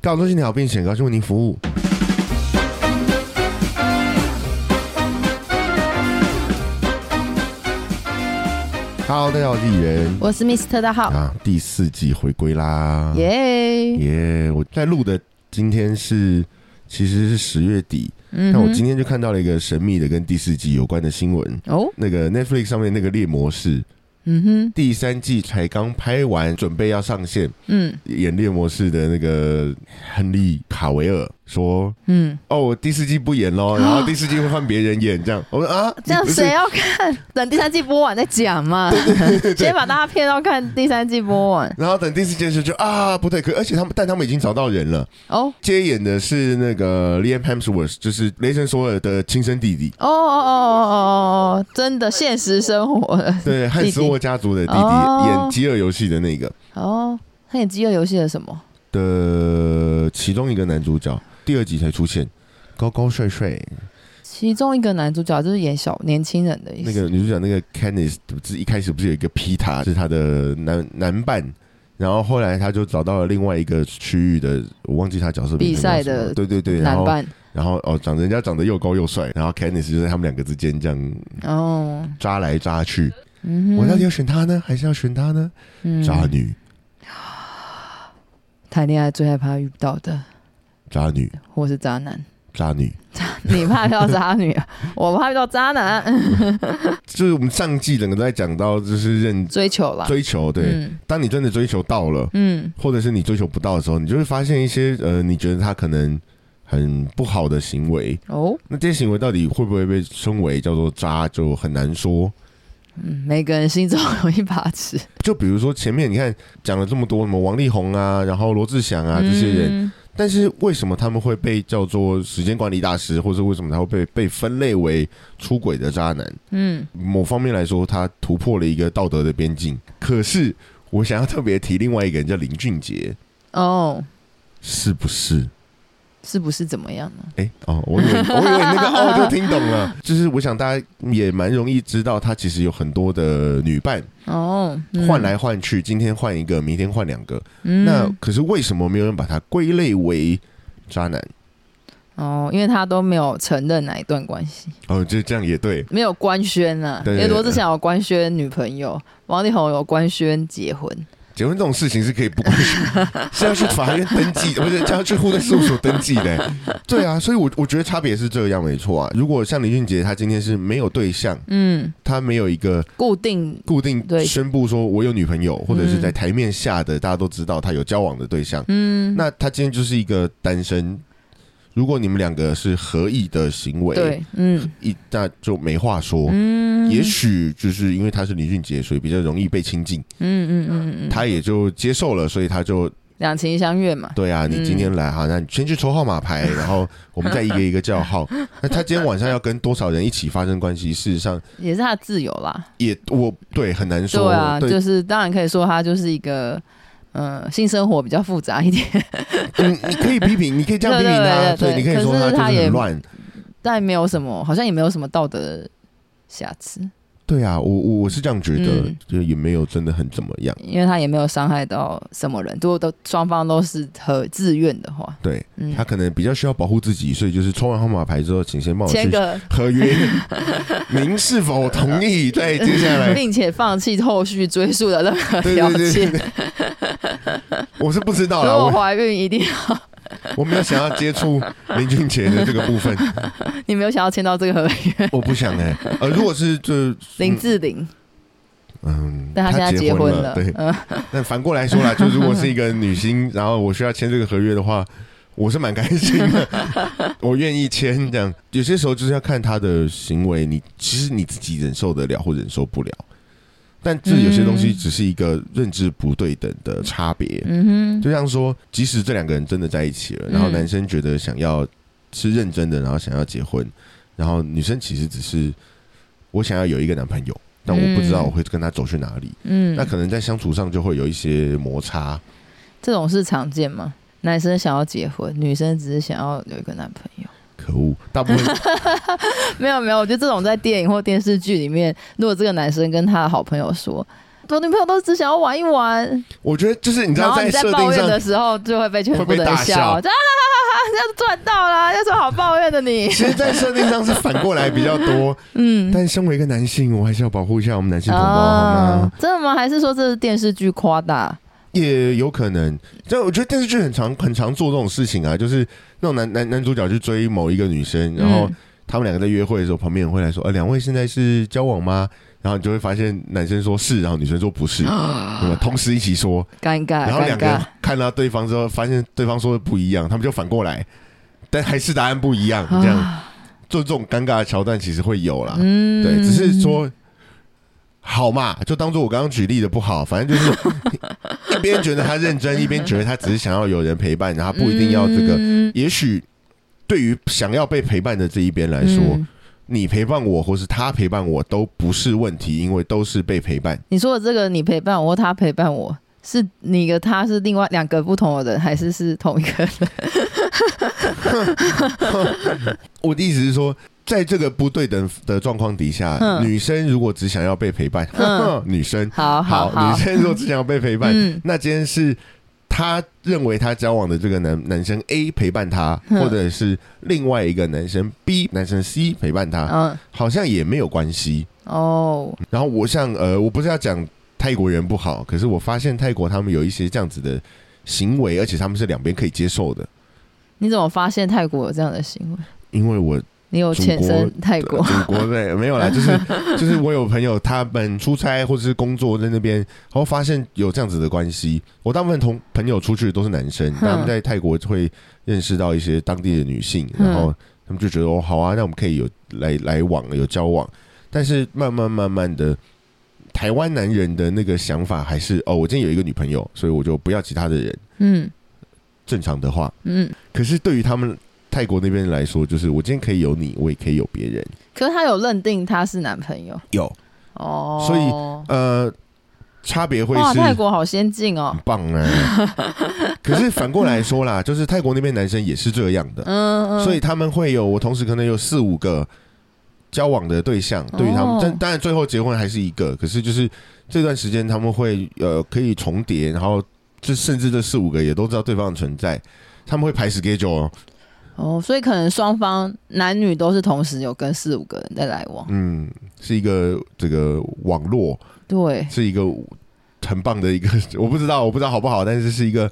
调动心跳并选高新为您服务。Hello，大家好，我是蚁人我是 Mr 大号，啊，第四季回归啦！耶，耶我在录的今天是其实是十月底，嗯但哼我今天就看到了一个神秘的跟第四季有关的新闻。哦，那个 Netflix 上面那个猎魔士嗯哼，第三季才刚拍完，准备要上线，嗯演猎魔士的那个亨利卡维尔说嗯，：“哦，我第四季不演喽，然后第四季会换别人演。”这样，我说啊，哦这样你不是谁要看？等第三季播完再 讲嘛，先把大家骗到看第三季播完。然后等第四季的时候就啊，不对，可而且他们但他们已经找到人了，哦接演的是那个 Liam Hemsworth，就是雷神索尔的亲生弟弟，哦哦哦哦哦哦，真的现实生活的对，汉斯沃家族的弟弟，哦演《饥饿游戏》的那个哦。他演《饥饿游戏》的什么？的其中一个男主角，第二集才出现，高高帅帅，其中一个男主角就是演小年轻人的意那思。个女主角那个 Kenneth 不是一开始不是有一个 Pita 是她的男男伴，然后后来她就找到了另外一个区域的，我忘记她角色名称比赛叫什么的对对对，然男后伴然后哦长人家长得又高又帅，然后 Kenneth 就是他们两个之间这样哦，扎来扎去，嗯哼，我到底要选他呢，还是要选他呢？渣嗯女，谈恋爱最害怕遇到的，渣女，或是渣男。渣女，你怕遇到渣女啊，我怕遇到渣男，就是我们上季整个都在讲到，就是认追求啦。追求，对，嗯当你真的追求到了。嗯或者是你追求不到的时候，你就会发现一些呃，你觉得他可能很不好的行为。哦，那这些行为到底会不会被称为叫做渣，就很难说。嗯，每个人心中有一把尺，就比如说前面你看讲了这么多，什么王力宏啊，然后罗志祥 啊这些人，嗯但是为什么他们会被叫做时间管理大师，或者为什么他会被被分类为出轨的渣男？嗯，某方面来说，他突破了一个道德的边境。可是我想要特别提另外一个人叫林俊杰，哦，是不是？是不是怎么样呢？哎、哦，我以为我以为那个哦就听懂了，就是我想大家也蛮容易知道，他其实有很多的女伴哦，嗯换，来换去，今天换一个，明天换两个。嗯那可是为什么没有人把它归类为渣男？哦，因为他都没有承认哪一段关系，哦，就这样也对，没有官宣呐、对因对为罗志祥有官宣女朋友，王力宏有官宣结婚，结婚这种事情是可以不归属， 是要去法院登记，不是是要去户政事务所登记的。对啊，所以我我觉得差别是这样，没错啊。如果像林俊杰，他今天是没有对象，嗯，他没有一个固定，固定对宣布说我有女朋友，或者是嗯在台面下的大家都知道他有交往的对象，嗯，那他今天就是一个单身。如果你们两个是合意的行为，对，嗯一那就没话说。嗯，也许就是因为他是林俊杰，所以比较容易被亲近，嗯嗯嗯嗯嗯，他也就接受了，所以他就两情相悦嘛，对啊，你今天来哈，那你先去抽号码牌，然后我们再一个一个叫 号。那他今天晚上要跟多少人一起发生关系？事实上也是他的自由啦，也我对很难说，对啊，对就是当然可以说他就是一个。嗯，性生活比较复杂一点， 嗯，你可以批评，你可以这样批评他，对对对对你可以说可是就他是也很乱。但没有什么，好像也没有什么道德瑕疵，对啊，我我我是这样觉得嗯，就也没有真的很怎么样。因为他也没有伤害到什么人。如果都双方都是和自愿的话，对嗯他，可能比较需要保护自己，所以就是抽完号码牌之后，请先帮我签去个合 约，您是否同意？对，哎接下来， 并且放弃后续追溯的任何对条对对件。对，我是不知道如啦，果我怀孕，一定要我没有想要接触林俊杰的这个部分，你没有想要签到这个嗯合约。我不想哎。呃，如果是就林志玲， 嗯，但他现在结婚了，对，嗯，但反过来说啦，就如果是一个女星，然后我需要签这个合约的话，我是蛮开心的， 我愿意签。这样有些时候就是要看她的行为，你其实你自己忍受得了或忍受不了。但这有些东西嗯只是一个认知不对等的差别。嗯哼，就像说，即使这两个人真的在一起了，然后嗯男生觉得想要是认真的，然后想要结婚，然后女生其实只是我想要有一个男朋友，但我不知道嗯我会跟他走去哪里。嗯，那可能在相处上就会有一些摩擦。这种是常见吗？男生想要结婚，女生只是想要有一个男朋友。可 恶，大部分没有没有，我觉得这种在电影或电视剧里面，如果这个男生跟他的好朋友说：“我女朋友都只想要玩一玩，我觉得就是你知然道后你在设抱定怨上，的时候就会被全会部被的人大笑，笑啊哈哈哈哈，这样赚到啦，要说好抱怨的你，其实，在设定上是反过来比较多。 嗯，但身为一个男性，我还是要保护一下我们男性同胞，好啊吗？，真的吗？还是说这是电视剧夸大？也有可能，但我觉得电视剧很常很常做这种事情啊，就是那种男男男主角去追某一个女生，然后嗯他们两个在约会的时候，旁边人会来说：“呃，两位现在是交往吗？”然后你就会发现男生说是，然后女生说不 是，对吧？同时一起说，尴尬，然后哎尴两个人尬，看到对方之后，发现对方说的不一样，他们就反过来，但还是答案不一样，这样啊做这种尴尬的桥段其实会有啦。嗯对，只是说好嘛，就当做我刚刚举例的不好，反 正就是一边觉得他认真，一边觉得他只是想要有人陪伴，然后他不一定要这个。嗯也许对于想要被陪伴的这一边来说，嗯你陪伴我或是他陪伴我都不是问题，因为都是被陪伴。你说的这个你陪伴我，或他陪伴我，是你的他是另外两个不同的人，还是是同一个人？我的意思是说。在这个不对等的状况底下，嗯女生如果只想要被陪伴，嗯 女生好好女生如果只想要被陪伴，嗯那今天是她认为她交往的这个男男生 A 陪伴她，嗯或者是另外一个男生 B、男生 C 陪伴她，嗯好像也没有关系。哦，然后我像呃，我不是要讲泰国人不好，可是我发现泰国他们有一些这样子的行为，而且他们是两边可以接受的。你怎么发现泰国有这样的行为？因为我你有祖潜国啊身泰祖国？国对没有啦，就是就是我有朋友他们出差或者是工作在那边，然后发现有这样子的关系。我大部分同朋友出去都是男生，哼但他们在泰国会认识到一些当地的女性，嗯然后他们就觉得哦好啊，那我们可以有来来往有交往。但是慢慢慢慢的，台湾男人的那个想法还是哦，我今天有一个女朋友，所以我就不要其他的人。嗯正常的话，嗯，可是对于他们泰国那边来说，就是我今天可以有你，我也可以有别人。可是他有认定他是男朋友有，哦，所呃，差别会哇，是泰国好先进哦很，棒呢、 可是反过来说啦，就是泰国那边男生也是这样的，嗯嗯，所以他们会有我同时可能有四五个交往的对象，对于他们，哦但当然最后结婚还是一个，可是就是这段时间他们会呃可以重叠，然后就甚至这四五个也都知道对方的存在。他们会排 schedule，哦哦，所以可能双方男女都是同时有跟四五个人在来往，嗯，是一个这个网络，对，是一个很棒的一个， 我不知道我不知道好不好，但是是一个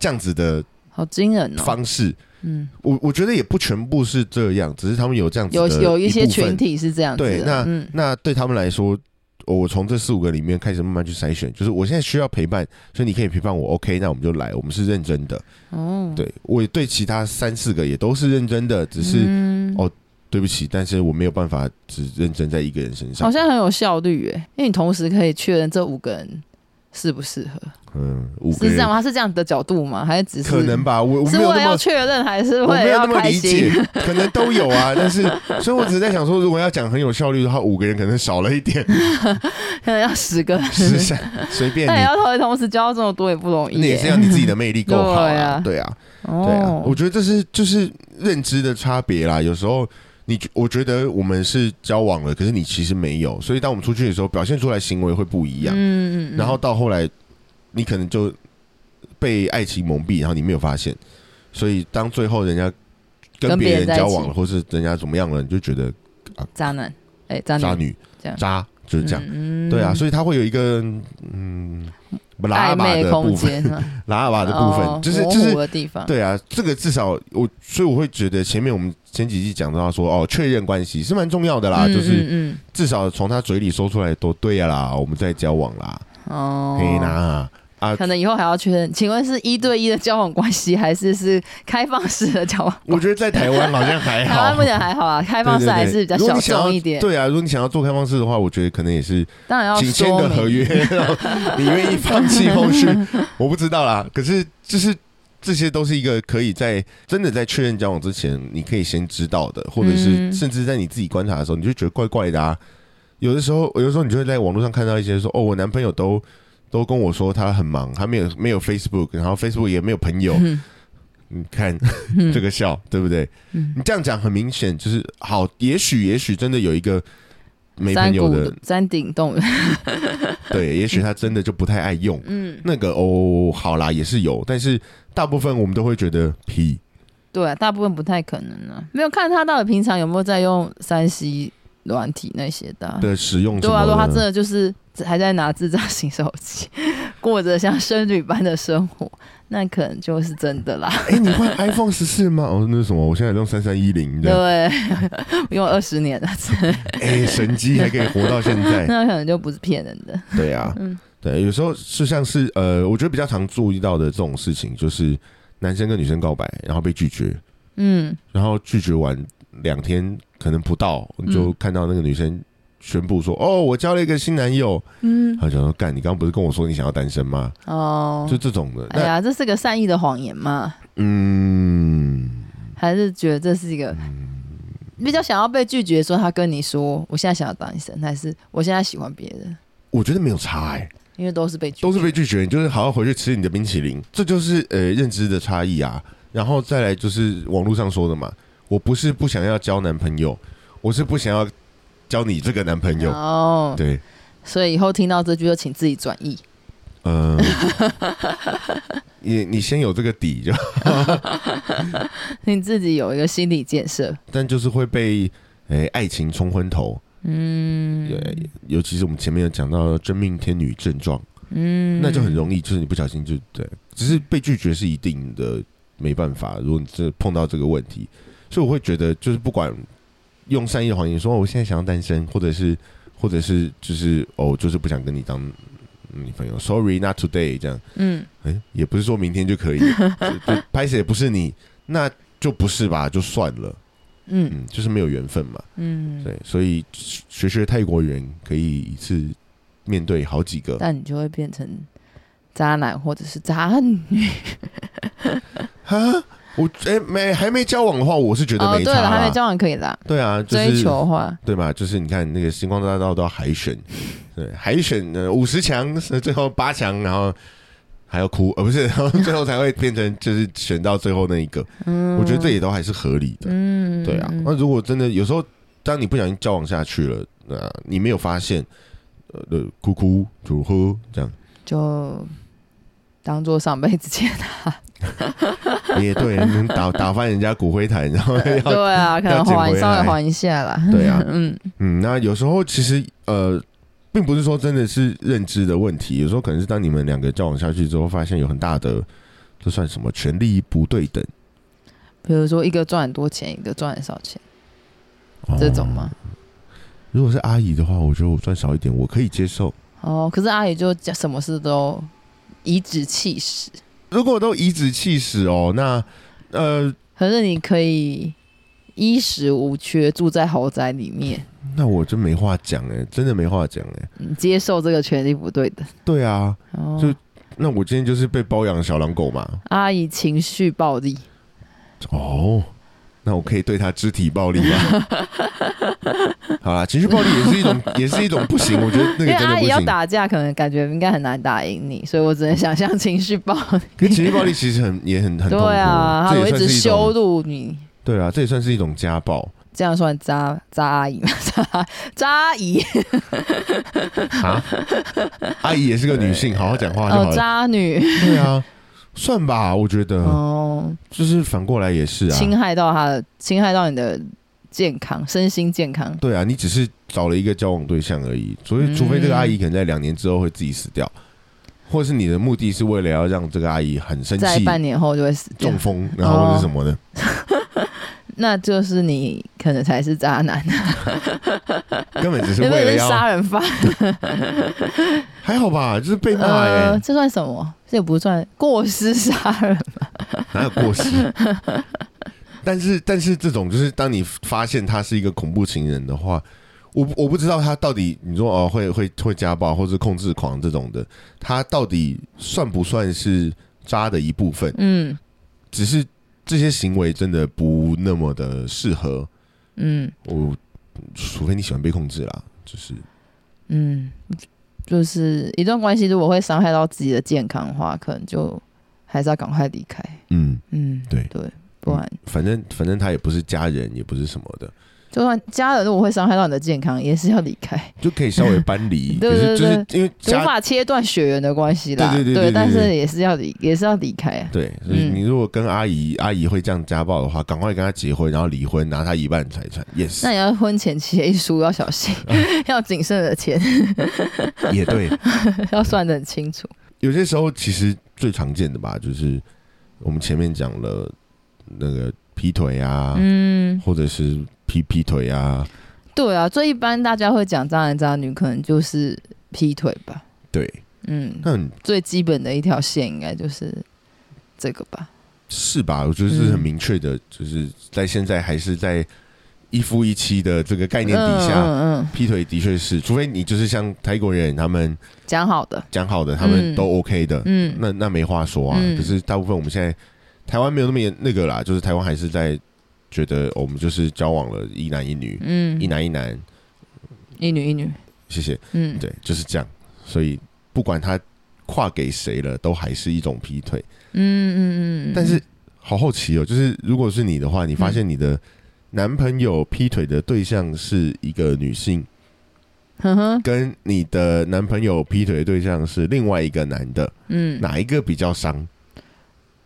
这样子的好惊人哦，方式。嗯，我我觉得也不全部是这样，只是他们有这样子有的有一些部分群。体是这样子的，对那嗯那对他们来说，我从这四五个里面开始慢慢去筛选，就是我现在需要陪伴，所以你可以陪伴我，OK，那我们就来，我们是认真的。哦，对我也对其他三四个也都是认真的，只是、嗯哦对不起，但是我没有办法只认真在一个人身上。好像很有效率耶，因为你同时可以确认这五个人适不适合，嗯，五个是这人样吗？是这样的角度吗？还是只是可能吧，我我是没为有了那要么。确认，还是我为了没有要那么开理心 解？，可能都有啊，但是，所以我只是在想说，如果要讲很有效率的话，五个人可能少了一点，可能要十个人，十三 随便但也你，要同同时交这么多也不容易那也是耶。要你自己的魅力够好啊，对 对啊，对啊哦，，我觉得这是就是认知的差别啦。有时候你我觉得我们是交往了，可是你其实没有，所以当我们出去的时候，表现出来行为会不一样，嗯嗯嗯然后到后来你可能就被爱情蒙蔽，然后你没有发现，所以当最后人家跟跟别别人人在一交往起了，或是人家怎么样了，你就觉得渣男，哎，渣渣女嗯女这样渣就是这样，样对啊，所以他会有一个嗯。拉暧吧昧的部空分，间啊， 拉吧的部哦分，就是模就是糊的地方，对啊，这个至少我，所以我会觉得前面我们前几季讲到说，哦，确认关系是蛮重要的啦，嗯就是嗯至少从他嘴里说出来都对啊啦，我们在交往啦，嗯哦，嘿啦，啊可能以后还要确认，请问是一对一的交往关系，还是是开放式的交往？我觉得在台湾好像还 台湾好目。前还好啊，开开放式还是比较小众一点。对啊，如果你想要做开放式的话，我觉得可能也是当然要请签说个合明， 约，然后你愿意放弃后续，我不知道啦。可是就是这些都是一个可以在真的在确认交往之前，你可以先知道的，或者是嗯甚至在你自己观察的时候，你就觉得怪怪的啊。有的时候，有的时候你就会在网络上看到一些说，哦，我男朋友都都跟我说他很忙，他没有没有 Facebook，然后 Facebook 也没有朋友。嗯你看嗯这个笑，对不对？嗯你这样讲很明显，就是好，也许也许真的有一个没山朋友谷的，山顶洞人， 对，也许他真的就不太爱用嗯，那个哦。好啦，也是有，但是大部分我们都会觉得屁。对啊、大部分不太可能啊，没有看他到底平常有没有在用山西软体那些的啊、的使用什对么啊，的。如果他真的就是还在拿智障型手机， 过着像僧侣般的生活，那可能就是真的啦。哎、你换 iPhone 十四吗？哦，那是什么？我现在用三三一零的，对，用二十年了，哎、神机还可以活到现 在。那可能就不是骗人的。对啊，嗯对，有时候就像是呃，我觉得比较常注意到的这种事情，就是男生跟女生告白，然后被拒绝，嗯，然后拒绝完两天可能不到，嗯就看到那个女生宣布说：“哦，我交了一个新男友。”嗯他就说：“干，你刚刚不是跟我说你想要单身吗？”哦就，这种的。哎那呀，这是个善意的谎言嘛？嗯，还是觉得这是一个比较想要被拒绝，说他跟你说我现在想要当医生，还是我现在喜欢别人，我觉得没有差哎、因为都是被拒绝，都是被拒绝，你就是好好回去吃你的冰淇淋，这就是呃认知的差异啊。然后再来就是网络上说的嘛，我不是不想要交男朋友，我是不想要交你这个男朋友。哦，对，所以以后听到这句就请自己转译。 嗯、 你你先有这个底就，你自己有一个心理建设，但就是会被诶、爱情冲昏头。嗯，对，尤其是我们前面有讲到真命天女症状，嗯那就很容易，就是你不小心就对，只是被拒绝是一定的，没办法。如果你真的碰到这个问题，所以我会觉得，就是不管用善意的谎言说哦我现在想要单身，或者是或者是就是哦，就是不想跟你当女朋友，sorry not today 这样，嗯，哎、也不是说明天就可以，就就拍谁也不是你，那就不是吧，就算了，嗯嗯，就是没有缘分嘛，嗯，对，所以学学泰国人可以一次面对好几个，但你就会变成渣男或者是渣女。哈，我哎、没还没交往的话，我是觉得哦，没差对啦、了，还没交往可以啦，对啊，就是追求的话，对嘛，就是你看那个星光大道都要海选，对海选呃五十强， 呃最后八强，然后还要哭，呃不是，然 后最后才会变成就是选到最后那一个，嗯，我觉得这也都还是合理的，嗯，对啊。那如果真的有时候，当你不小心交往下去了，那、你没有发现，呃，呃哭哭就喝这样。就当做上辈子欠他。也对，你打打翻人家骨灰坛，然后 要 对啊，可要能捡回还来稍微还一下啦。对啊， 嗯嗯，那有时候其实呃，并不是说真的是认知的问题，有时候可能是当你们两个交往下去之后，发现有很大的这算什么权力不对等比如说一个赚很多钱，一个赚很少钱，这种吗？哦？如果是阿姨的话，我觉得我赚少一点，我可以接受。哦，可是阿姨就讲什么事都颐指气使，如果都颐指气使哦，那呃，可是你可以衣食无缺，住在豪宅里面，那我真没话讲哎、真的没话讲哎、你接受这个权利不对的。对啊，哦，就那我今天就是被包养的小狼狗嘛。阿姨情绪暴力，哦，那我可以对他肢体暴力吗？ 好啦，情绪暴力也是一种，也是一种不行。我觉得那因个真为的阿不姨要行。打架，可能感觉应该很难打赢你，所以我只能想象情绪 暴力。可是情绪暴力其实很也很很痛苦，对啊，她这会也一算直是一羞种辱你，对啊，这也算是一种家 暴这样算渣渣阿 姨吗？渣渣阿姨啊。阿姨也是个女性，好好讲话就好哦，了。渣女对啊，算吧，我觉得哦，就是反过来也是啊。侵害到她的，侵害到你的健康，身心健康。对啊，你只是找了一个交往对象而已，所嗯以除非这个阿姨可能在两年之后会自己死掉，或者是你的目的是为了要让这个阿姨很生在气、半年后就会死掉中，风，然后哦或者什么的。那就是你可能才是渣 男，根本 只是因为了是杀要，人犯。还好吧，就是被骂哎、呃，这算什么？这也不算过失杀人。哪有过 失？但是但是这种就是当你发现他是一个恐怖情人的话，我不我不知道他到底你说哦会会会家暴或是控制狂这种的，他到底算不算是渣的一部分？嗯只是这些行为真的不那么的适合嗯我，除非你喜欢被控制啦，就是嗯，就是一段关系如果会伤害到自己的健康的话，可能就还是要赶快离开。嗯，嗯，对对，不然反正反正他也不是家人，也不是什么的，就算家人如果会伤害到你的健康，也是要离开，就可以稍微搬 离，对可是对就是因为无家法切断血缘的关系啦。对对对对对但是对也是要离，也是要离开啊。对，所以嗯你如果跟阿姨，阿姨会这样家暴的话，赶快跟她结婚，然后离婚，拿她一半财产。Yes，那你要婚前协议书要 小心，要谨慎的签，也对。 要算得很清楚。有些时候其实最常见的吧，就是我们前面讲了那个劈腿啊，嗯，或者是劈劈腿啊，对啊，最一般大家会讲渣男渣女，可能就是劈腿吧。对，嗯，那很最基本的一条线应该就是这个吧。是吧？我觉得是很嗯明确的，就是在现在还是在一夫一妻的这个概嗯念底下，嗯嗯，劈腿的确是，除非你就是像泰国人他们讲好的，讲好的，他们嗯都 OK 的，嗯，那那没话说啊。嗯可是大部分我们现在台湾没有那么严那个啦，就是台湾还是在觉得我们就是交往了一男一女，嗯，一男一男，一女一女，谢谢，嗯，对，就是这样。所以不管他跨给谁了，都还是一种劈腿。嗯嗯嗯嗯，但是好好奇哦，就是如果是你的话，你发现你的男朋友劈腿的对象是一个女性，呵呵，跟你的男朋友劈腿的对象是另外一个男的，嗯，哪一个比较伤？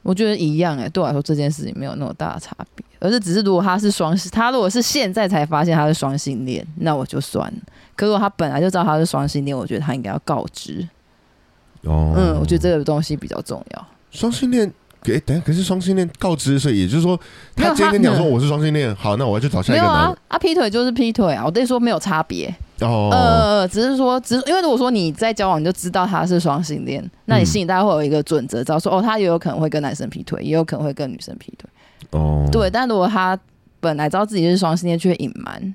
我觉得一样哎、对我来说这件事情没有那么大的差别，而是只是如果他是双，他如果是现在才发现他是双性恋，那我就算了。可如果他本来就知道他是双性恋，我觉得他应该要告知。哦嗯，我觉得这个东西比较重要。双性恋。诶，等一下，可是双性恋告知，所以也就是说，没他有今天他跟你讲说嗯我是双性恋，好，那我要去找下没一有个啊男的。，啊劈腿就是劈腿啊，我跟你说没有差别。哦，呃，只是说，只是因为如果说你在交往，你就知道他是双性恋，那你心里大概会有一个准则，知道说哦，他也有可能会跟男生劈腿，也有可能会跟女生劈腿。哦，对，，但如果他本来知道自己是双性恋却隐瞒，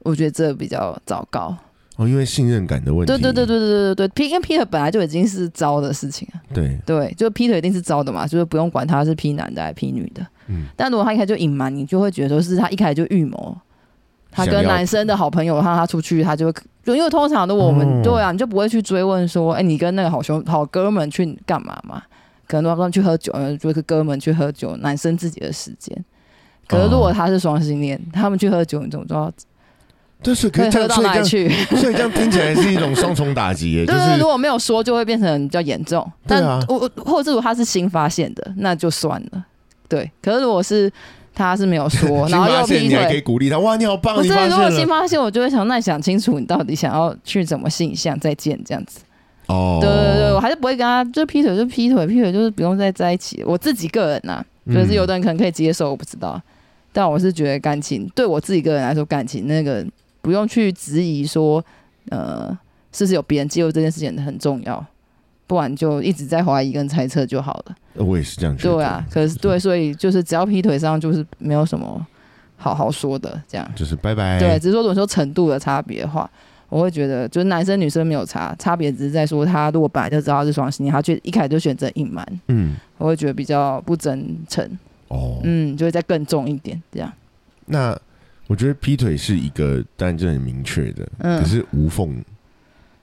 我觉得这比较糟糕。哦，因为信任感的问题。对对对对对对对，劈因为劈腿本来就已经是糟的事情啊，对，对，就劈腿一定是糟的嘛，就是不用管他是劈男的还是劈女的。嗯但如果他一开始就隐瞒，你就会觉得说是他一开始就预谋，他想跟要男生的好朋友让他出去，他就会就因为通常的我们、哦对啊，你就不会去追问说，哎、你跟那个好兄好哥们去干嘛嘛？可能他们去喝酒，呃就是哥们去喝酒，男生自己的时间。可是如哦果他是双性恋，他们去喝酒，你怎么知道但是可可以以这喝样，到所以这哪里样，去？所以这样听起来是一种双重打击 耶，就对对，是如果没有说，就会变成比较严重。对但啊我我或者是如果他是新发现的，那就算了。对，可是如果是他是没有 说，新然后发又现劈你还可以腿，鼓励他，哇，你好棒，不你是发如果现新了发现，我就会想，那你想清楚你到底想要去怎么性向再见这样子。哦，对对对，我还是不会跟他，就是劈腿就劈腿，劈腿就是不用再在一起。我自己个人呐、啊嗯就是有的人可能可以接受，我不知道，但我是觉得感情对我自己个人来说，感情那个不用去质疑说，呃，是不是有别人介入这件事情很重要，不然就一直在怀疑跟猜测就好了。呃我也是这样觉得，对啊，，可是对，所以就是只要劈腿上，就是没有什么好好说的这样。就是拜拜，对，，只是说如果说程度的差别的话，我会觉得就是男生女生没有差，差别只是在说他如果本来就知道他是双性恋，他却一开始就选择隐瞒，嗯，我会觉得比较不真诚，哦，嗯，就会再更重一点这样，那我觉得劈腿是一个，但这很明确的，嗯可，是无缝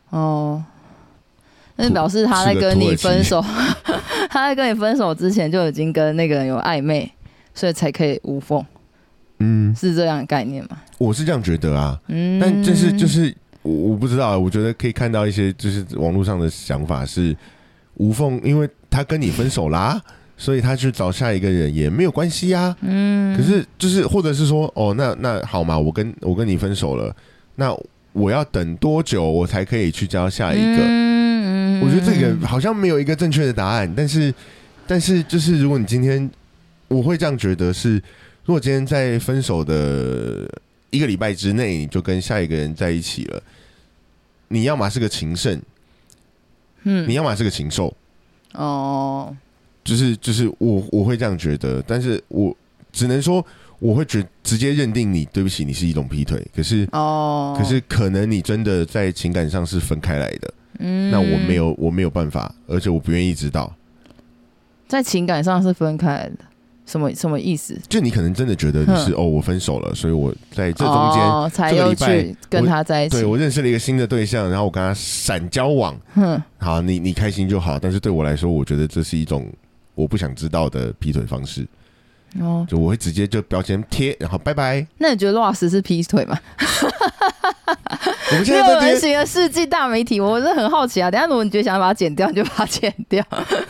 哦。那就表示他在跟你分手， 他在跟你分手之前就已经跟那个人有暧昧，所以才可以无缝，嗯，是这样的概念吗？我是这样觉得啊，嗯，但就是就是我我不知道啊，我觉得可以看到一些就是网络上的想法是无缝，因为他跟你分手 啦，所以他去找下一个人也没有关系啊。嗯，可是就是或者是说，哦，那那好嘛，我跟我跟你分手了，那我要等多久我才可以去交下一个？嗯，嗯我觉得这个好像没有一个正确的答案，但是但是就是如果你今天我会这样觉得是，如果今天在分手的一个礼拜之内你就跟下一个人在一起了，你要么是个情圣，嗯你要么是个禽兽，哦，就是就是我我会这样觉得，但是我只能说我会觉直接认定你对不起，你是一种劈腿，可是。哦，可是可能你真的在情感上是分开来的，嗯那我没有我没有办法，而且我不愿意知道。在情感上是分开的，什么什么意思？就你可能真的觉得你是哦，我分手了，所以我在这中间，哦、才这个又礼拜去跟他在一起对，我认识了一个新的对象，然后我跟他闪交往，哼，好，你你开心就好。但是对我来说，我觉得这是一种我不想知道的劈腿方式。哦，就我会直接就标签贴，然后拜 拜。那你觉得罗老师是劈腿吗？我们现在在六人这边行的世纪大媒体，我是很好奇啊。等一下如果你觉得想要把它剪掉，你就把它剪掉。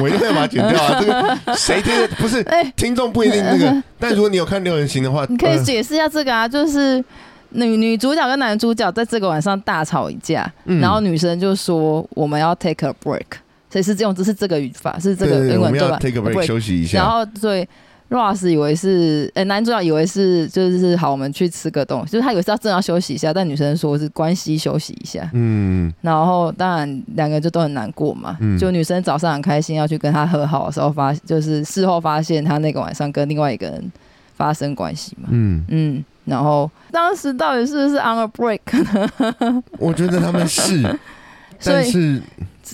我一定会把它剪掉 啊！这个谁贴的？不是哎 听众不一定那个，但如果你有看六人行的话，你可以呃解释一下这个啊，就是女女主角跟男主角在这个晚上大吵一架，嗯然后女生就说我们要 take a break，所以是这种，只是这个语法是这对个对对英我文们对要吧 take a break 休息一然下。后对 Ross 以为是，呃、男主角以为是就是好，我们去吃个东西，就是他以为是要正要休息一下，但女生说是关系休息一下。嗯，然后当然两个人就都很难过嘛。嗯就女生早上很开心要去跟他和好的时候发，就是事后发现他那个晚上跟另外一个人发生关系嘛。嗯，嗯，然后当时到底是不是 on a break 呢？我觉得他们是， 所但以是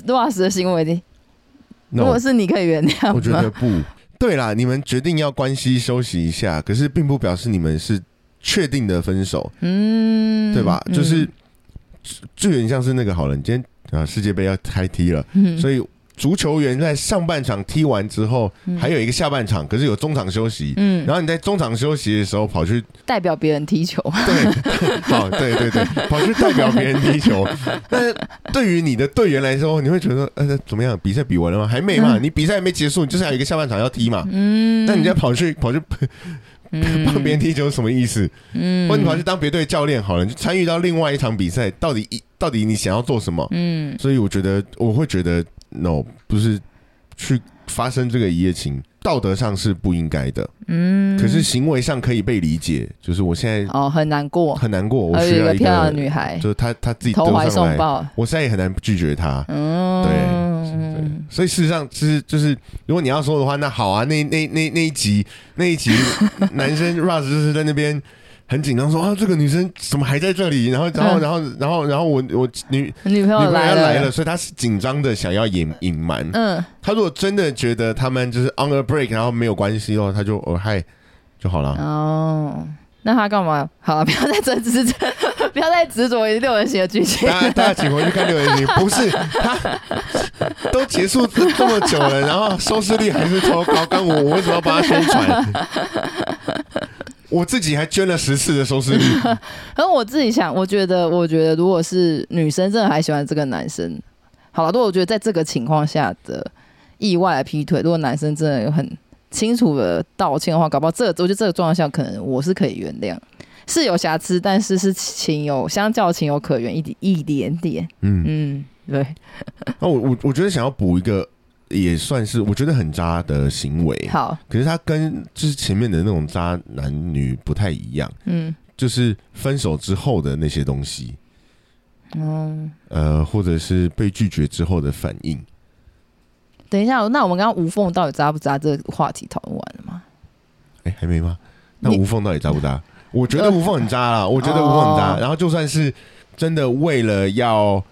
罗老师的行为，如 no，果是你可以原 谅吗？我觉得不对啦。你们决定要关系休息一下，可是并不表示你们是确定的分手，嗯，对吧？嗯就是就就有点像是那个好了，你今天啊世界杯要开踢了，嗯所以足球员在上半场踢完之后，嗯还有一个下半场，可是有中场休息。嗯，然后你在中场休息的时候跑 去代表别人踢球，对，好，对对对，跑去代表别人踢 球。但是对于你的队员来说，你会觉得呃怎么样？比赛比完了吗？还没嘛，嗯你比赛还没结束，你就是还有一个下半场要踢嘛。嗯，那你要跑去跑去帮别人踢球是什么意思？嗯，嗯或者你跑去，当别队教练好了，你就参与到另外一场比赛，到底一到底你想要做什么？嗯所以我觉得我会觉得 no 不是去发生这个一夜情，道德上是不应该的，嗯，可是行为上可以被理解。就是我现在哦，很难过，很难过，我哎还有需一要个一漂亮的个，女孩就是他他自己投丢怀上送来，抱，我现在也很难拒绝他。嗯，所以事实上，其实就是如果你要说的话，那好啊，那那那那一集那 一集男生 Russ 就是在那边。很紧张，说啊，这个女生怎么还在这里？然后，然后，嗯然后，然后，然后我我女女朋女朋友友来来了，，所以他是紧张的，想要隐隐瞒。嗯他如果真的觉得他们就是 on a break，然后没有关系的话，他就哦嗨就好了。哦。那他干嘛？好了，不要再执执着， 不要再执着于六人行的剧情。大家大家请回去看六人行，不是他都结束这这么久了，然后收视率还是超高，但我我为什么要帮他宣传？我自己还捐了十次的收视率，而 我自己想，我觉得，我觉得，如果是女生真的还喜欢这个男生，好了，如果我觉得在这个情况下的意外的劈腿，如果男生真的有很清楚的道歉的话，搞不好这个，我觉得这个状况下，可能我是可以原谅，是有瑕疵，但是是情有相较情有可原一点一点点，嗯，嗯，对，那我我我觉得想要补一个，也算是我觉得很渣的行为，好，可是他跟就是前面的那种渣男女不太一样，嗯就是分手之后的那些东西，嗯，呃，或者是被拒绝之后的反应。等一下，那我们刚刚无缝到底渣不渣这个话题讨论完了吗？哎、还没吗？那你呃无缝到底渣不渣？我觉得无缝很渣啦，我觉得无缝很渣。哦然后就算是真的为了要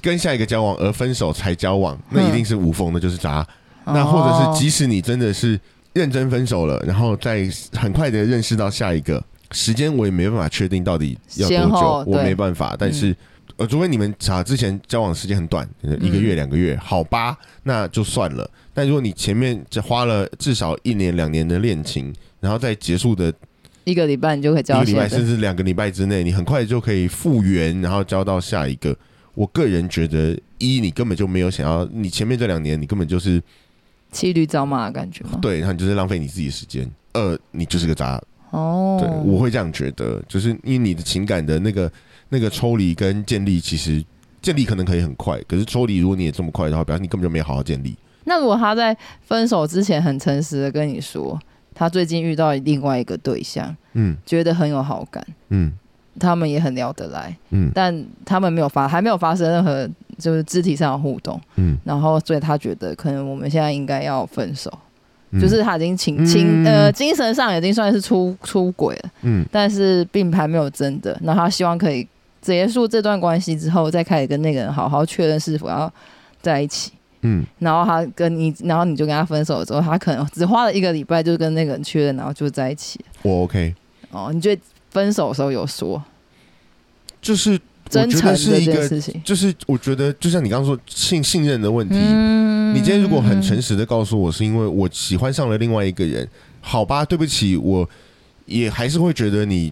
跟下一个交往而分手才交往，嗯那一定是无缝的，就是渣。那或者哦是即使你真的是认真分手了，然后再很快的认识到下一个，时间我也没办法确定到底要多先后久，我对嗯没办法。但是、呃，除非你们查之前交往时间很短，一个月、两个月，好吧，嗯那就算了。但如果你前面只花了至少一年、两年的恋情，然后在结束的一个礼拜你就可以一交个到礼现拜在甚至两个礼拜之内，你很快就可以复原，然后交到下一个。我个人觉得，一你根本就没有想要，你前面这两年你根本就是骑驴找马的感觉吗？，对，然后你就是浪费你自己的时间。二，你就是个渣。哦，对，我会这样觉得，就是因为你的情感的那个那个抽离跟建立，其实建立可能可以很快，可是抽离如果你也这么快的话，表示你根本就没有好好建立。那如果他在分手之前很诚实的跟你说，他最近遇到另外一个对象，嗯觉得很有好感，嗯他们也很聊得来，嗯但他们没有发，还没有发生任何就是肢体上的互动，嗯，然后所以他觉得可能我们现在应该要分手，嗯就是他已经情嗯情呃精神上已经算是出出轨了，嗯但是并还没有真的，那他希望可以结束这段关系之后，再开始跟那个人好好确认是否要在一起。嗯然后他跟你，然后你就跟他分手了之后，他可能只花了一个礼拜就跟那个人确认，然后就在一起。我 OK，哦，你觉得分手的时候有说，就是我真觉诚得是这一件个呃事情。就是我觉得，就像你刚刚说信信任的问题，嗯你今天如果很诚实的告诉我，是因为我喜欢上了另外一个人，好吧，对不起，我也还是会觉得你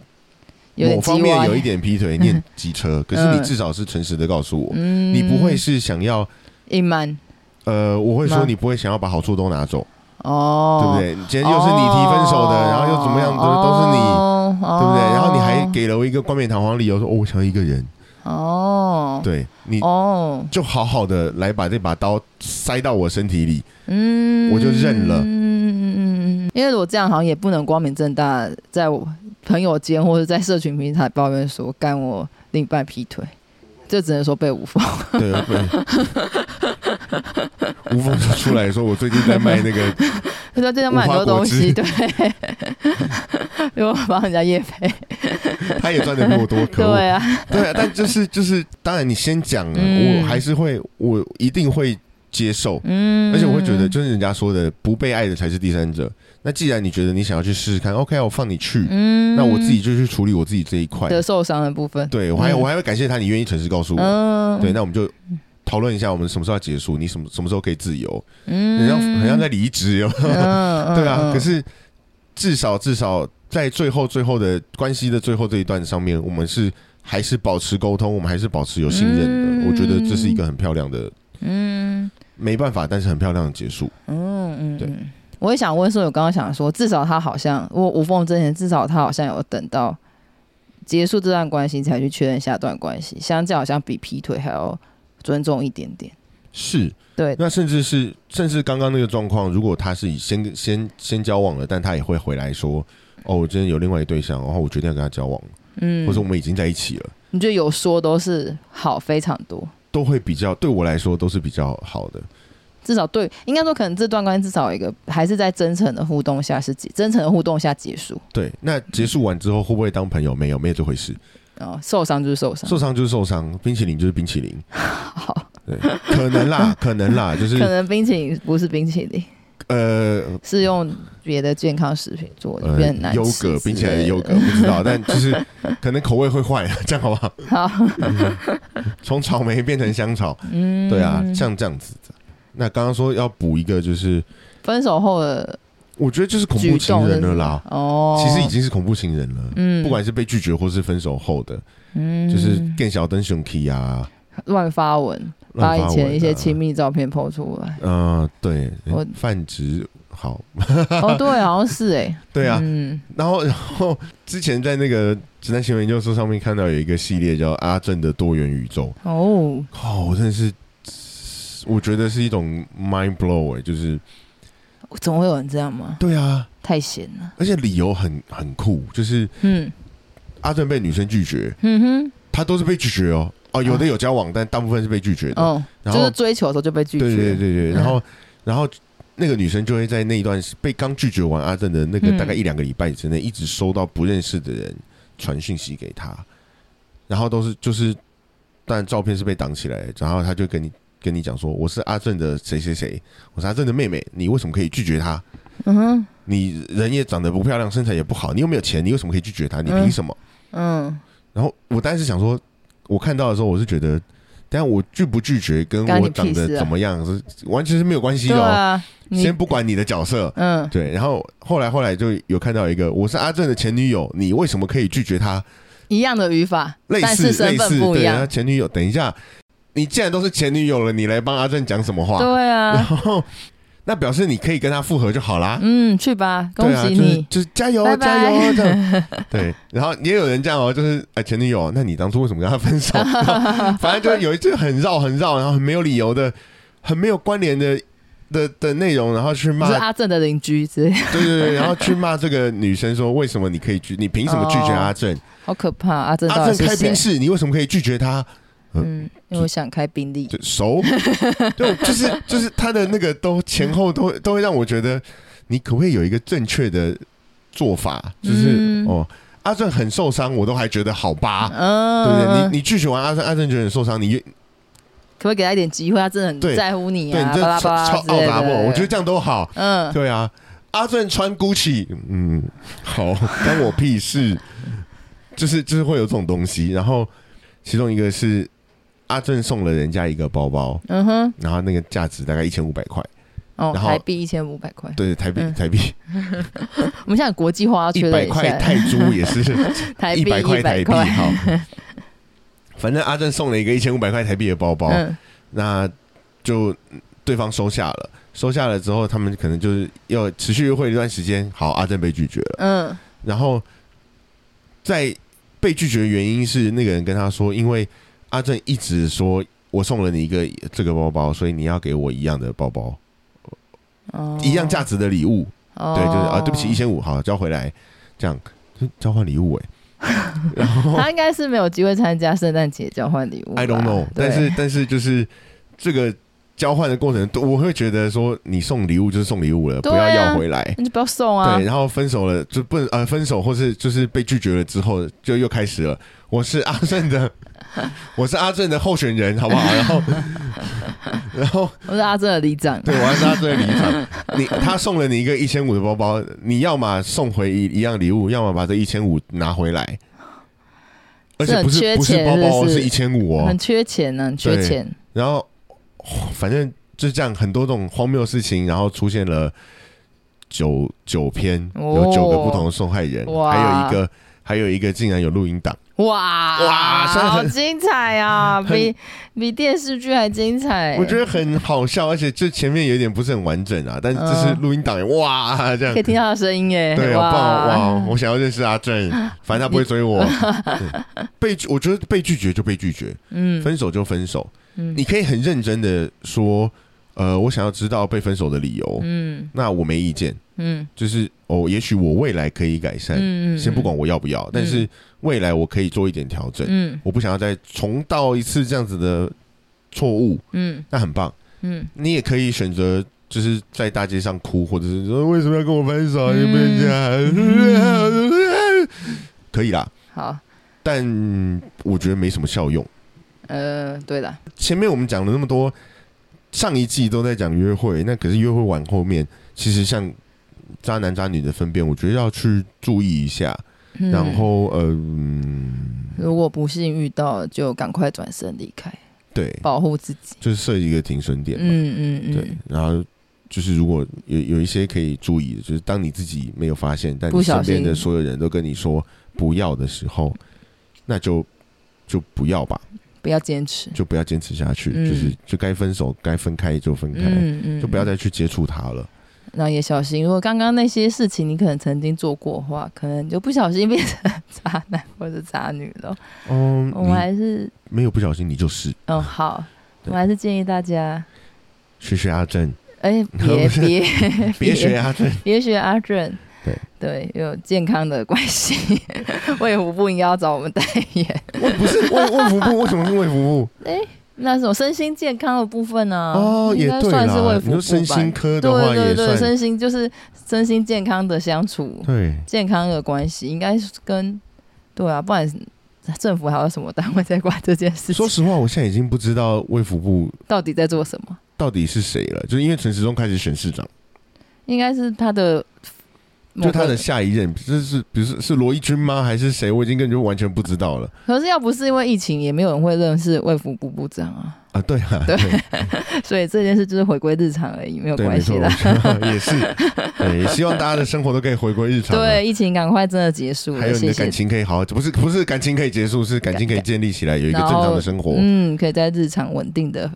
有点某方叽面歪有一点劈腿， 你很机车，可是你至少是诚实的告诉我，嗯你不会是想要。隐瞒呃，我会吗说你不会想要把好处都拿走，对哦不，对？今天又是你提分手的，然后又怎么样，都都是你，哦、对不对？然后你还哦给了我一个冠冕堂皇理由，说哦，我想要一个人，哦，对你哦，就好好的来把这把刀塞到我身体里，嗯，我就认了嗯嗯嗯嗯，因为我这样好像也不能光明正大在我朋友间或者在社群平台抱怨说干我另一半劈腿，就只能说被无缝。 对，对无缝就出来说，我最近在卖那个，他说这样卖很多东西，对， 如果帮人家夜配，他也赚的比我 多，可恶。对啊，对啊，但就是就是，当然你先讲了，嗯我还是会，我一定会接受，嗯，而且我会觉得，就是人家说的，不被爱的才是第三者。那既然你觉得你想要去试试看，OK，我放你去，嗯，那我自己就去处理我自己这一块。的受伤的部分，对我还嗯我还会感谢他，你愿意诚实告诉我。嗯，对，那我们就讨论一下，我们什么时候要结束，你什么什么时候可以自由，嗯，很像很像在离职哦。嗯，对啊，嗯可是至少至少在最后最后的关系的最后这一段上面，我们是还是保持沟通，我们还是保持有信任的。嗯我觉得这是一个很漂亮的，嗯没办法，但是很漂亮的结束。嗯嗯，对嗯。我也想问说，我刚刚想说，至少他好像我无缝之前，至少他好像有等到结束这段关系才去确认下段关系，相较好像比劈腿还要尊重一点点。是，对，那甚至是甚至刚刚那个状况，如果他是以先先先交往了，但他也会回来说。哦，我今天有另外一个对象，然后我决定要跟他交往，嗯，或者我们已经在一起了，你觉得有说都是好非常多，都会比较对我来说都是比较好的。至少对，应该说可能这段关系至少有一个还是在真诚的互动下是结，真诚的互动下结束。对，那结束完之后会不会当朋友？没有，没有这回事。哦，受伤就是受伤，受伤就是受伤，冰淇淋就是冰淇淋，好，对， 可能 啦，可能啦，就可是能冰淇淋不是冰淇淋，呃是用别的健康食品做的，变呃难优吃格，之冰淇淋的类优 格不知道，但就是 可能口味会换，这样好不好？ 好，从草莓变成香草，嗯，对啊，像这样子的。那刚刚说要补一个，就是分手后的我觉得就是恐怖情人了啦，哦，其实已经是恐怖情人了。嗯，不管是被拒绝或是分手后的，嗯就是更小灯熊 key 啊，乱发文，把乱发以前文一些啊亲，密照片抛出来，嗯，对我，泛指好，哦，对，好像是哎， 对啊，嗯，然后，然后之前在那个直男行为研究所上面看到有一个系列叫《阿正的多元宇宙哦，》，哦，我真的是，我觉得是一种 mind blow 哎、就是怎么会有人这样吗？对啊，太闲了，而且理由很很酷，就是嗯阿正被女生拒绝，嗯他都是被拒绝哦，哦，有的有交往，但大部分是被拒绝哼，的。哦，然就是后，追求的时候就被拒对绝，对对对，嗯然后，然后那个女生就会在那一段被刚拒绝完阿正的那个嗯大概一两个礼拜之内，一直收到不认识的人传讯息给他，然后都是就是，但照片是被挡起来，然后他就跟你跟你讲说，我是阿正的谁谁谁，我是阿正的妹妹，你为什么可以拒绝他？嗯哼，你人也长得不漂亮，身材也不好，你又没有钱，你为什么可以拒绝他？你嗯凭什么？嗯，然后我当时想说，我看到的时候我是觉得，但我拒不拒绝跟干我你屁长事得啊怎么样是完全是没有关系对的、哦。啊，你先不管你的角色，嗯，对。然后后来后来就有看到一个，我是阿正的前女友，你为什么可以拒绝她？一样的语法，类但似是身类似份不一对，啊然后样，前女友，等一下，你既然都是前女友了，你来帮阿正讲什么话？对 然啊，后那表示你可以跟他复合就好啦。嗯，去吧，恭对啊，喜就是你，就是加油拜拜加油这 样，对。然后也有人这样哦，就是哎前女友，那你当初为什么跟他分手？ 反正就有一句很绕很绕，然后很没有理由的、很没有关联的的的内容，然后去你骂是啊阿正的邻居之类，对对对，然后去骂这个女生说，为什么你可以拒，你凭什么拒绝阿正？好可怕，阿正阿到底正哦是开谁宾？室，你为什么可以拒绝他？嗯，因为我想开宾利，就熟， 对，就是就是他的那个都前后都都会让我觉得，你可不可以有一个正确的做法？就是、嗯哦，阿正很受伤，我都还觉得好吧，嗯，对不对？你你拒绝完阿正，阿正觉得很受伤，你可不可以给他一点机会？他真的对很在乎你对啊，你这巴拉超巴拉超之奥类达的。莫，我觉得这样都好，嗯，对啊。阿正穿 GUCCI，嗯，好，关我屁事。就是就是会有这种东西，然后其中一个是阿正送了人家一个包包，嗯哼，然后那个价值大概一千五百块，哦，然后台币一千五百块。对，台币嗯台币我们现在国际化要一缺了百一块下，泰铢也是啊 台币一百块台100币，好。 反正阿正送了一个一千五百块台币的包包，嗯那就嗯对方收下了。收下了之后，他们可能就是要持续约会一段时间。好，阿正被拒绝了。嗯然后在被拒绝的原因是那个人跟他说，因为阿正一直说我送了你一个这个包包，所以你要给我一样的包包，哦，一样价值的礼物。哦，对，就是啊，对不起，一千五，好交回来，这样就交换礼物哎、然后他应该是没有机会参加圣诞节交换礼物吧。哦 I don't know，对但是但是就是这个交换的过程，我会觉得说你送礼物就是送礼物了，不对要啊要回来。那就不要送啊对，。然后分手了就不能呃分手，或是就是被拒绝了之后，就又开始了。我是阿正 的，我是阿正的候选人，好不好？然后，然后我是阿正的里 长，对，我要是阿正的礼场，你他送了你一个一千五的包包，你要么送回一一样礼物，要么把这一千五拿回来。而且不是这很缺不是钱包包是哦，不是是一千五哦很。缺钱啊呢，很缺钱。然后、哦反正就这样，很多这种荒谬的事情，然后出现了九九篇，哦有九个不同的受害人，哇还有一个还有一个竟然有录音档，哇哇虽然好很精彩啊，很比比电视剧还精彩。我觉得很好笑，而且这前面有点不是很完整啊，但这是嗯录音档、哇这样可以。听到他的声音耶，嗯对，好哎哇棒哦哇！我想要认识阿 正，反正他不会追我。对被拒我觉得被拒绝就被拒绝，嗯分手就分手。嗯你可以很认真的说，呃，我想要知道被分手的理由，嗯那我没意见。嗯就是哦，也许我未来可以改善，嗯嗯先不管我要不要，但是未来我可以做一点调整。嗯我不想要再重蹈一次这样子的错误，嗯那很棒。嗯你也可以选择就是在大街上哭，或者是说为什么要跟我分手？嗯你不讲，呃可以啦。好但我觉得没什么效用。呃对了，前面我们讲了那么多，上一季都在讲约会，那可是约会完后面，其实像渣男渣女的分辨，我觉得要去注意一下。嗯然后，呃嗯，如果不幸遇到，就赶快转身离开，对，保护自己。就是设一个停损点嘛。嗯嗯对嗯，，然后就是如果有有一些可以注意的，就是当你自己没有发现，但你不小身边心的所有人都跟你说不要的时候，那就就不要吧，不要坚持，就不要坚持下去，嗯就是就该分手，该分开就分开，嗯嗯，就不要再去接触他了。那也小心，如果刚刚那些事情你可能曾经做过的话，可能就不小心变成渣男或者渣女 了。嗯，我们还是，你没有不小心，你就是嗯，好，对我们还是建议大家，学学阿 正， 哎、不别是别别学阿正，别学阿正，对对，有健康的关系， 卫福部应该要找我们代言，我不是卫卫福部，为什么是卫福部？那种身心健康的部分呢、哦，也应该对算是啦卫，你说福身部吧心。科的话对对也对，算身心就是身心健康的相处，对。健康的关系，应该是跟对啊，不然政府还有什么单位在管这件事情说？实话，我现在已经不知道卫福部到底在做什么？到底是谁了？就是因为陈时中开始选市长，应该是他的某就个，他的下一任，这是比如是是罗一军吗？还是谁？我已经根本就完全不知道了可是要不是因为疫情，也没有人会认识卫福部部长啊， 啊！对啊，对所以这件事就是回归日常而已，没有对，没关系错，啦我。觉得也是，对，也 希望大家的生活都可以回归日常啊。对，疫情赶快真的结束还了，有你谢的谢感。情可以好好，不是不是感情可以结束，是感情可以建立起来，有一个然正后常的生活，嗯，可以在日常稳定的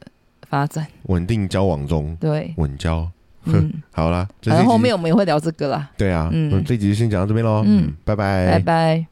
发展。稳定交往中，对，稳交。嗯， 好啦，这反是一正集后面我们也会聊这个啦。对啊，嗯嗯，这集就先讲到这边喽，嗯嗯，拜拜，拜拜。